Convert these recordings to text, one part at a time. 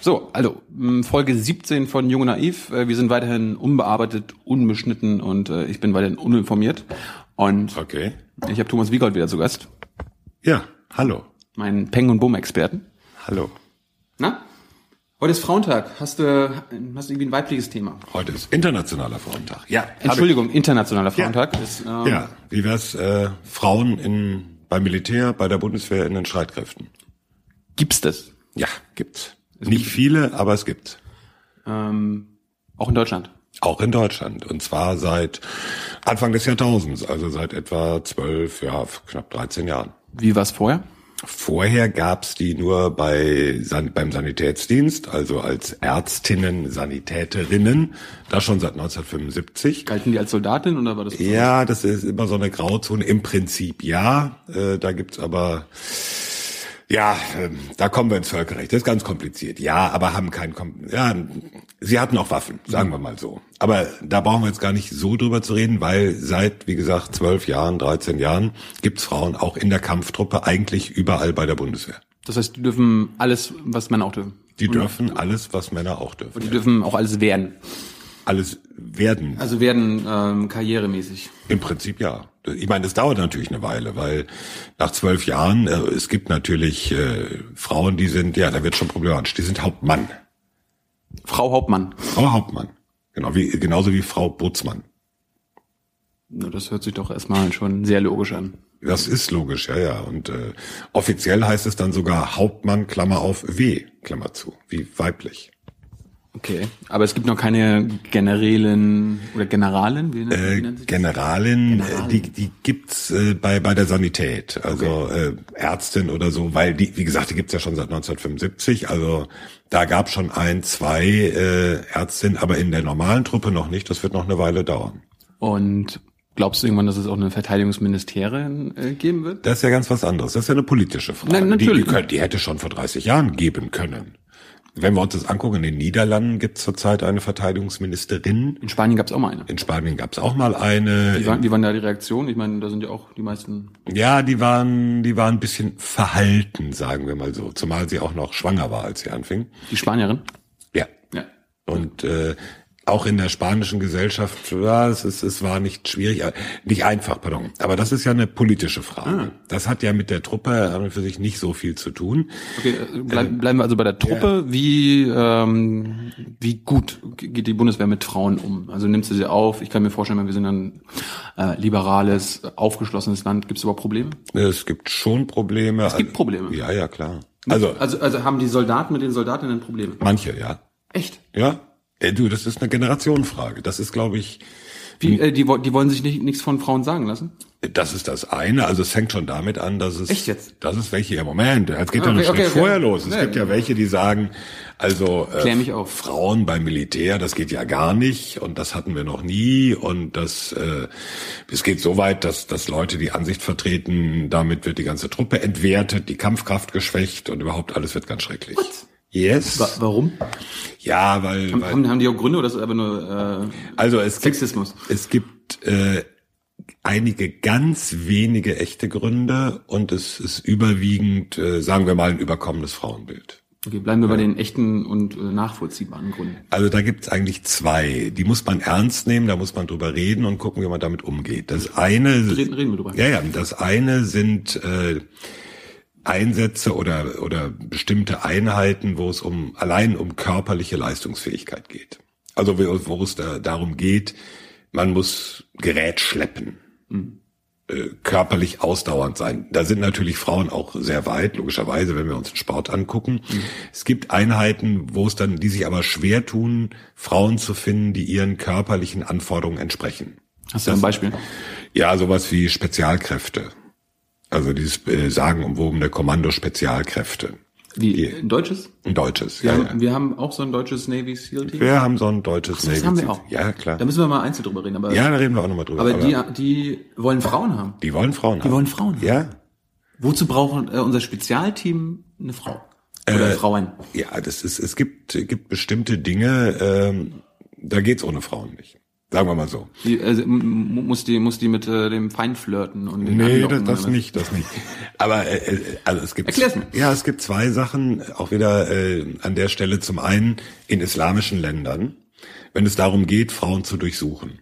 So, also mh, Folge 17 von Jung und Naiv. Äh, Wir sind weiterhin unbearbeitet, unbeschnitten und äh, ich bin weiterhin uninformiert. Und Okay. ich habe Thomas Wiegold wieder zu Gast, Ja, hallo. meinen Peng- und Boom-Experten. Hallo. Na? Heute ist Frauentag. Hast du, hast du irgendwie ein weibliches Thema? Heute ist internationaler Frauentag. Ja, hab ich. Entschuldigung, internationaler Ja. äh, Frauentag. Ist, ähm, Ja, wie wär's äh, Frauen in, beim Militär, bei der Bundeswehr, in den Streitkräften? Gibt's das? Ja, gibt's. Nicht viele, aber es gibt's. Ähm, auch in Deutschland. Auch in Deutschland. Und zwar seit Anfang des Jahrtausends, also seit etwa zwölf, ja, knapp 13 Jahren. Wie war's vorher? Vorher gab's die nur bei, San- beim Sanitätsdienst, also als Ärztinnen, Sanitäterinnen, da schon seit 1975. Galten die als Soldatin oder war das? Ja, das ist immer so eine Grauzone. Im Prinzip ja. Äh, da gibt's aber, ja, ähm, da kommen wir ins Völkerrecht. Das ist ganz kompliziert. Ja, aber haben kein, Kom ja, sie hatten auch Waffen, sagen wir mal so. Aber da brauchen wir jetzt gar nicht so drüber zu reden, weil seit, wie gesagt, zwölf Jahren, 13 Jahren gibt's Frauen auch in der Kampftruppe eigentlich überall bei der Bundeswehr. Das heißt, die dürfen alles, was Männer auch dürfen. Die dürfen alles, was Männer auch dürfen. Die dürfen auch alles werden. Alles werden Also werden ähm, karrieremäßig. Im Prinzip ja. Ich meine, das dauert natürlich eine Weile, weil nach zwölf Jahren, äh, es gibt natürlich äh, Frauen, die sind, ja, da wird schon problematisch, die sind Hauptmann. Frau Hauptmann. Frau Hauptmann. Genau, wie, genauso wie Frau Bootsmann. Na, Das hört sich doch erstmal schon sehr logisch an. Das ist logisch, ja, ja. Und äh, offiziell heißt es dann sogar Hauptmann, Klammer auf, W, Klammer zu, wie weiblich. Okay. Aber es gibt noch keine Generälen oder Generalen? Wie, nennt- wie Äh, nennt sich das? Generalin, äh, die, die gibt's äh, bei, bei der Sanität, also äh, Ärztin oder so, weil die, wie gesagt, die gibt's ja schon seit 1975, also da gab schon ein, zwei äh, Ärztinnen, aber in der normalen Truppe noch nicht, das wird noch eine Weile dauern. Und glaubst du irgendwann, dass es auch eine Verteidigungsministerin äh, geben wird? Das ist ja ganz was anderes, das ist ja eine politische Frage. Nein, Die, natürlich. die, könnt- die hätte schon vor 30 Jahren geben können. Wenn wir uns das angucken, in den Niederlanden gibt's zurzeit eine Verteidigungsministerin, In Spanien gab es auch mal eine. in Spanien gab's auch mal eine, Wie waren, wie waren da die Reaktionen? Ich meine, da sind ja auch die meisten. Ja, die waren, die waren ein bisschen verhalten, sagen wir mal so. Zumal sie auch noch schwanger war, als sie anfing. Die Spanierin? Ja. Ja. Und äh, auch in der spanischen Gesellschaft, ja, es, ist, es war nicht schwierig, äh, nicht einfach, pardon. Aber das ist ja eine politische Frage. Ah. Das hat ja mit der Truppe an und für sich nicht so viel zu tun. Okay, äh, bleib, bleiben wir also bei der Truppe. Wie, ähm, wie gut ge- geht die Bundeswehr mit Frauen um? Also nimmt sie sie auf? Ich kann mir vorstellen, wir sind ein äh, liberales, aufgeschlossenes Land. Gibt es überhaupt Probleme? Es gibt schon Probleme. Es gibt Probleme. Ja, ja, klar. Also, Also, also haben die Soldaten mit den Soldatinnen Probleme? manche, ja. Echt? Ja. Ey, du, das ist eine Generationenfrage. Das ist, glaube ich, Wie, Hm. äh, die, wo- die wollen sich nicht, nichts von Frauen sagen lassen? Das ist das eine. Also es fängt schon damit an, dass es Echt jetzt? dass es welche ja Moment, es geht Ah, ja okay, noch einen Schritt okay, okay. vorher los. Es Nee. gibt ja welche, die sagen, also Klär äh, mich auf. Frauen beim Militär, das geht ja gar nicht und das hatten wir noch nie und das äh, es geht so weit, dass dass Leute die Ansicht vertreten, damit wird die ganze Truppe entwertet, die Kampfkraft geschwächt und überhaupt alles wird ganz schrecklich. Yes. warum? Ja, weil, weil Haben, haben die auch Gründe oder ist das einfach nur äh, also es gibt, Sexismus. es gibt äh, einige ganz wenige echte Gründe und es ist überwiegend, äh, sagen wir mal, ein überkommenes Frauenbild. Okay, bleiben wir bei den echten und äh, nachvollziehbaren Gründen. Also da gibt's eigentlich zwei. Die muss man ernst nehmen, da muss man drüber reden und gucken, wie man damit umgeht. Das eine Reden, reden wir drüber. Ja, ja, das eine sind äh, Einsätze oder, oder bestimmte Einheiten, wo es um allein um körperliche Leistungsfähigkeit geht. Also wo, wo es da, darum geht, man muss Gerät schleppen, äh, körperlich ausdauernd sein. Da sind natürlich Frauen auch sehr weit, logischerweise, wenn wir uns den Sport angucken. Es gibt Einheiten, wo es dann, die sich aber schwer tun, Frauen zu finden, die ihren körperlichen Anforderungen entsprechen. Hast du ein Beispiel? Ja, sowas wie Spezialkräfte. Also dieses äh, sagenumwobene Kommando Spezialkräfte. Wie ein deutsches? Ein deutsches. Wir, Ja, ja. haben, wir haben auch so ein deutsches Navy SEAL Team. Wir haben so ein deutsches das Navy haben wir Seal. auch. Ja, klar. Da müssen wir mal einzeln drüber reden. Aber, Ja, da reden wir auch nochmal drüber. aber die, die wollen Frauen haben. die wollen Frauen haben. Die wollen Frauen haben. Ja. Wozu braucht äh, unser Spezialteam eine Frau? Äh, Oder Frauen? Ja, das ist, es gibt, gibt bestimmte Dinge, ähm, da geht's ohne Frauen nicht. Sagen wir mal so. Die, also, m- m- muss die, muss die mit äh, dem Feind flirten und den Nee, das, anlocken das oder was? nicht, das nicht. Aber äh, äh, also es gibt Erklär's mir. ja, es gibt zwei Sachen auch wieder äh, an der Stelle. Zum einen in islamischen Ländern, wenn es darum geht, Frauen zu durchsuchen.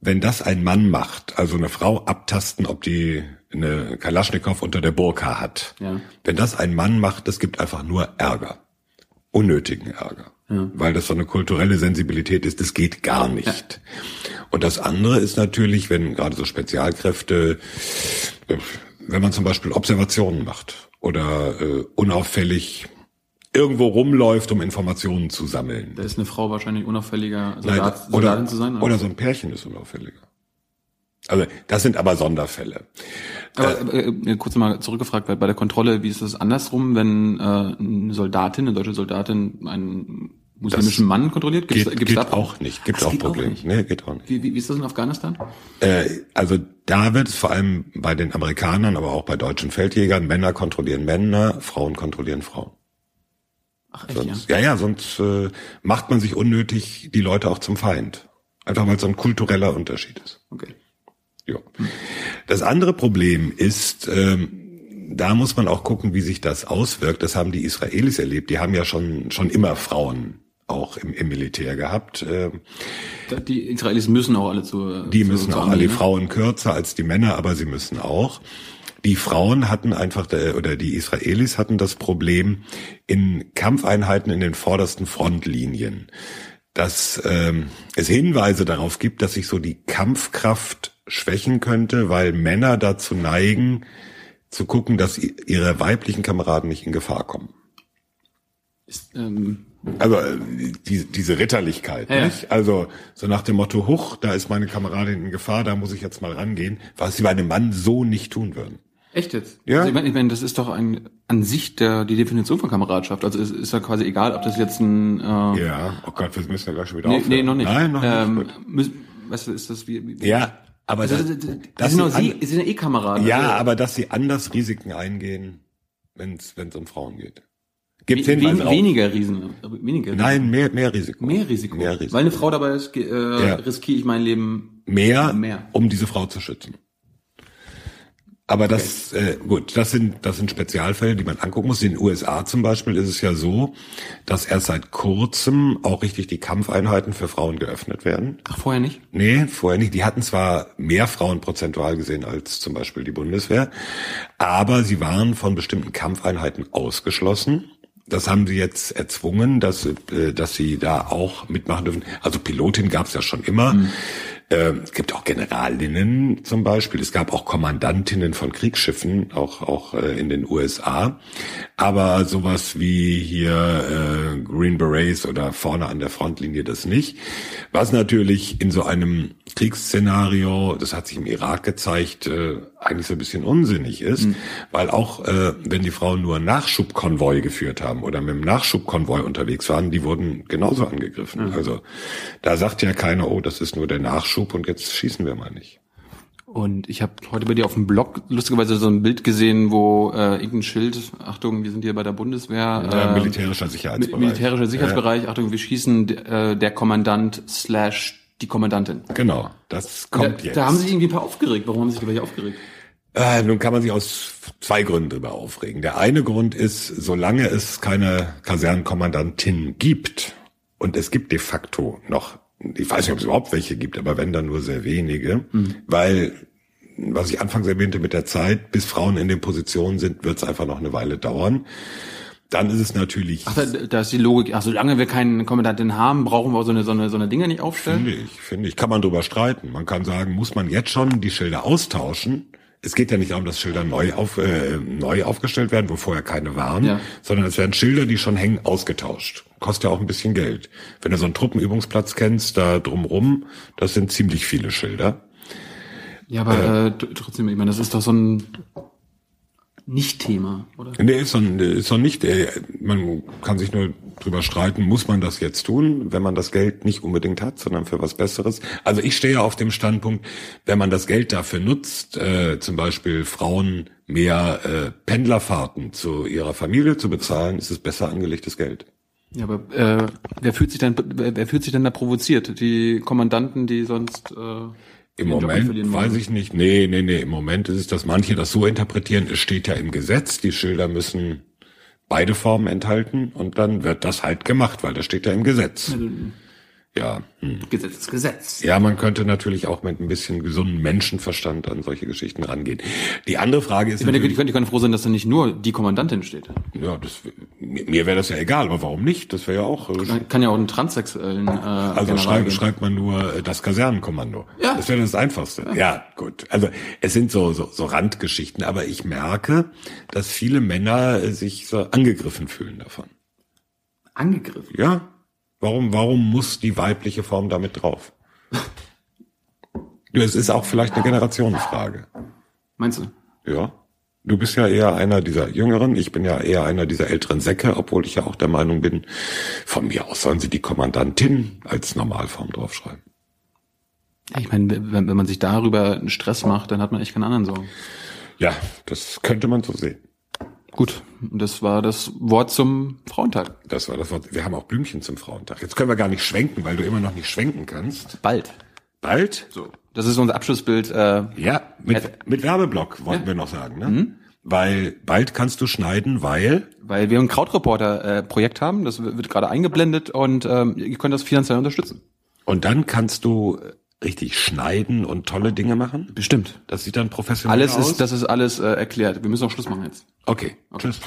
Wenn das ein Mann macht, also eine Frau abtasten, ob die eine Kalaschnikow unter der Burka hat. Ja. Wenn das ein Mann macht, das gibt einfach nur Ärger. Unnötigen Ärger. Weil das so eine kulturelle Sensibilität ist, das geht gar nicht. Und das andere ist natürlich, wenn gerade so Spezialkräfte, äh, wenn man zum Beispiel Observationen macht oder äh, unauffällig irgendwo rumläuft, um Informationen zu sammeln. Da ist eine Frau wahrscheinlich unauffälliger Nein, Soldat, oder, Soldatin zu sein. oder so ein Pärchen ist unauffälliger. Also das sind aber Sonderfälle. Aber, aber, äh, kurz mal zurückgefragt, bei, bei der Kontrolle, wie ist das andersrum, wenn äh, eine Soldatin, eine deutsche Soldatin einen muslimischen Mann kontrolliert? Gibt's, Geht, da- gibt's geht da- auch nicht. Ah, Gibt das auch geht auch Probleme. nicht. Nee, geht auch nicht. Wie, wie, wie ist das in Afghanistan? Äh, also da wird es vor allem bei den Amerikanern, aber auch bei deutschen Feldjägern, Männer kontrollieren Männer, Frauen kontrollieren Frauen. Ach echt, ja. Sonst, ja, ja, sonst äh, macht man sich unnötig die Leute auch zum Feind. Einfach weil es so ein kultureller Unterschied ist. Okay. Ja. Das andere Problem ist, ähm, da muss man auch gucken, wie sich das auswirkt. Das haben die Israelis erlebt. Die haben ja schon, schon immer Frauen auch im, im Militär gehabt. Ähm, Da- Die Israelis müssen auch alle zur Die zur- müssen zur auch, Armee, die ne? Frauen kürzer als die Männer, aber sie müssen auch. Die Frauen hatten einfach, äh, oder die Israelis hatten das Problem in Kampfeinheiten in den vordersten Frontlinien, dass ähm, es Hinweise darauf gibt, dass sich so die Kampfkraft schwächen könnte, weil Männer dazu neigen, zu gucken, dass i- ihre weiblichen Kameraden nicht in Gefahr kommen. Ist, ähm, Also äh, die, diese Ritterlichkeit, Ja, ja. nicht? Also so nach dem Motto, huch, da ist meine Kameradin in Gefahr, da muss ich jetzt mal rangehen, was sie bei einem Mann so nicht tun würden. echt jetzt? Ja. Also ich meine, ich meine, das ist doch ein an sich der die Definition von Kameradschaft. Also es ist ja quasi egal, ob das jetzt ein äh, Ja, oh Gott, wir müssen ja gleich schon wieder nee, aufhören. nee, noch nicht. Nein, noch ähm, nicht. Gut. Müssen, was ist das wie, wie Ja, aber Also, das, das, das, dass sind, doch sie sie, an- sie sind ja eh Kameraden. ja, also, aber dass sie anders Risiken eingehen, wenn es um Frauen geht. Gibt we, Hinweise wen, auf. weniger Riesen, äh, weniger Riesen. Nein, mehr, mehr Risiko. mehr Risiko. Mehr Risiko. Weil eine Frau dabei ist, ge- äh, Ja. riskiere ich mein Leben. mehr, Mehr. um diese Frau zu schützen. Aber das, äh, gut, das sind, das sind Spezialfälle, die man angucken muss. In den USA zum Beispiel ist es ja so, dass erst seit kurzem auch richtig die Kampfeinheiten für Frauen geöffnet werden. Ach, vorher nicht? Nee, vorher nicht. Die hatten zwar mehr Frauen prozentual gesehen als zum Beispiel die Bundeswehr, aber sie waren von bestimmten Kampfeinheiten ausgeschlossen. Das haben sie jetzt erzwungen, dass, äh, dass sie da auch mitmachen dürfen. Also Pilotin gab es ja schon immer. Ähm, es gibt auch Generalinnen zum Beispiel. Es gab auch Kommandantinnen von Kriegsschiffen, auch, auch äh, in den USA. Aber sowas wie hier äh, Green Berets oder vorne an der Frontlinie das nicht. Was natürlich in so einem Kriegsszenario, das hat sich im Irak gezeigt, äh, eigentlich so ein bisschen unsinnig ist, Hm. weil auch äh, wenn die Frauen nur einen Nachschubkonvoi geführt haben oder mit einem Nachschubkonvoi unterwegs waren, die wurden genauso angegriffen. Also da sagt ja keiner, oh, das ist nur der Nachschub und jetzt schießen wir mal nicht. Und ich habe heute bei dir auf dem Blog lustigerweise so ein Bild gesehen, wo äh, irgendein Schild, Achtung, wir sind hier bei der Bundeswehr, Ja, ähm, Äh, militärischer mi- Sicherheitsbereich. militärischer Sicherheitsbereich, Achtung, wir schießen d- äh, der Kommandant slash die Kommandantin. Genau, das Da, kommt jetzt. da haben sich irgendwie ein paar aufgeregt. Warum haben sich die welche aufgeregt? Äh, nun kann man sich aus zwei Gründen darüber aufregen. Der eine Grund ist, solange es keine Kasernenkommandantin gibt, und es gibt de facto noch, ich weiß nicht, ob es überhaupt welche gibt, aber wenn dann nur sehr wenige, weil, was ich anfangs erwähnte mit der Zeit, bis Frauen in den Positionen sind, wird es einfach noch eine Weile dauern. Dann ist es natürlich, Ach, da, da ist die Logik, ach, solange wir keinen Kommandantin haben, brauchen wir so eine, so eine, so eine Dinger nicht aufstellen. finde ich, finde ich, kann man drüber streiten. Man kann sagen, muss man jetzt schon die Schilder austauschen? Es geht ja nicht darum, dass Schilder neu, auf, äh, neu aufgestellt werden, wo vorher keine waren, Ja. sondern es werden Schilder, die schon hängen, ausgetauscht. Kostet ja auch ein bisschen Geld. Wenn du so einen Truppenübungsplatz kennst, da drumrum, das sind ziemlich viele Schilder. Ja, aber äh, tr- trotzdem, ich meine, das ist doch so ein Nicht-Thema, oder? Nee, ist noch, ist noch nicht. äh, Man kann sich nur drüber streiten, muss man das jetzt tun, wenn man das Geld nicht unbedingt hat, sondern für was Besseres. Also ich stehe auf dem Standpunkt, wenn man das Geld dafür nutzt, äh, zum Beispiel Frauen mehr äh, Pendlerfahrten zu ihrer Familie zu bezahlen, ist es besser angelegtes Geld. Ja, aber äh, wer fühlt sich denn wer wer fühlt sich denn da provoziert? Die Kommandanten, die sonst äh, Im ihren Job nicht Moment verlieren weiß wollen? ich nicht. Nee, nee, nee. Im Moment ist es, dass manche das so interpretieren. Es steht ja im Gesetz, die Schilder müssen beide Formen enthalten und dann wird das halt gemacht, weil das steht ja im Gesetz. Ja. Hm. Gesetz ist Gesetz. Ja, man könnte natürlich auch mit ein bisschen gesundem Menschenverstand an solche Geschichten rangehen. Die andere Frage ist Ich meine, die natürlich, können, die können froh sein, dass da nicht nur die Kommandantin steht. ja, das, mir mir wäre das ja egal, aber warum nicht? Das wäre ja auch. äh, Man kann ja auch einen transsexuellen äh, Also General schreibt, geben. schreibt man nur äh, das Kasernenkommando. Ja. Das wäre das Einfachste. Ja. gut. Also es sind so, so, so Randgeschichten, aber ich merke, dass viele Männer äh, sich so angegriffen fühlen davon. angegriffen. Ja. Warum, warum muss die weibliche Form damit drauf? Ja, Es ist auch vielleicht eine Generationenfrage. Meinst du? Ja. Du bist ja eher einer dieser Jüngeren, ich bin ja eher einer dieser älteren Säcke, obwohl ich ja auch der Meinung bin, von mir aus sollen sie die Kommandantin als Normalform draufschreiben. Ja, Ich meine, wenn, wenn man sich darüber einen Stress macht, dann hat man echt keine anderen Sorgen. Ja, das könnte man so sehen. Gut, und das war das Wort zum Frauentag. Das war das Wort. Wir haben auch Blümchen zum Frauentag. Jetzt können wir gar nicht schwenken, weil du immer noch nicht schwenken kannst. Bald. Bald? So. Das ist unser Abschlussbild. Äh, Ja, mit, mit Werbeblock wollten wir noch sagen, ne? Weil bald kannst du schneiden, weil Weil wir ein Krautreporter-Projekt haben, das wird gerade eingeblendet und ähm, ihr könnt das finanziell unterstützen. und dann kannst du richtig schneiden und tolle Dinge machen. Bestimmt. Das sieht dann professionell Alles aus. ist, das ist alles äh, erklärt. Wir müssen auch Schluss machen jetzt. okay. Tschüss.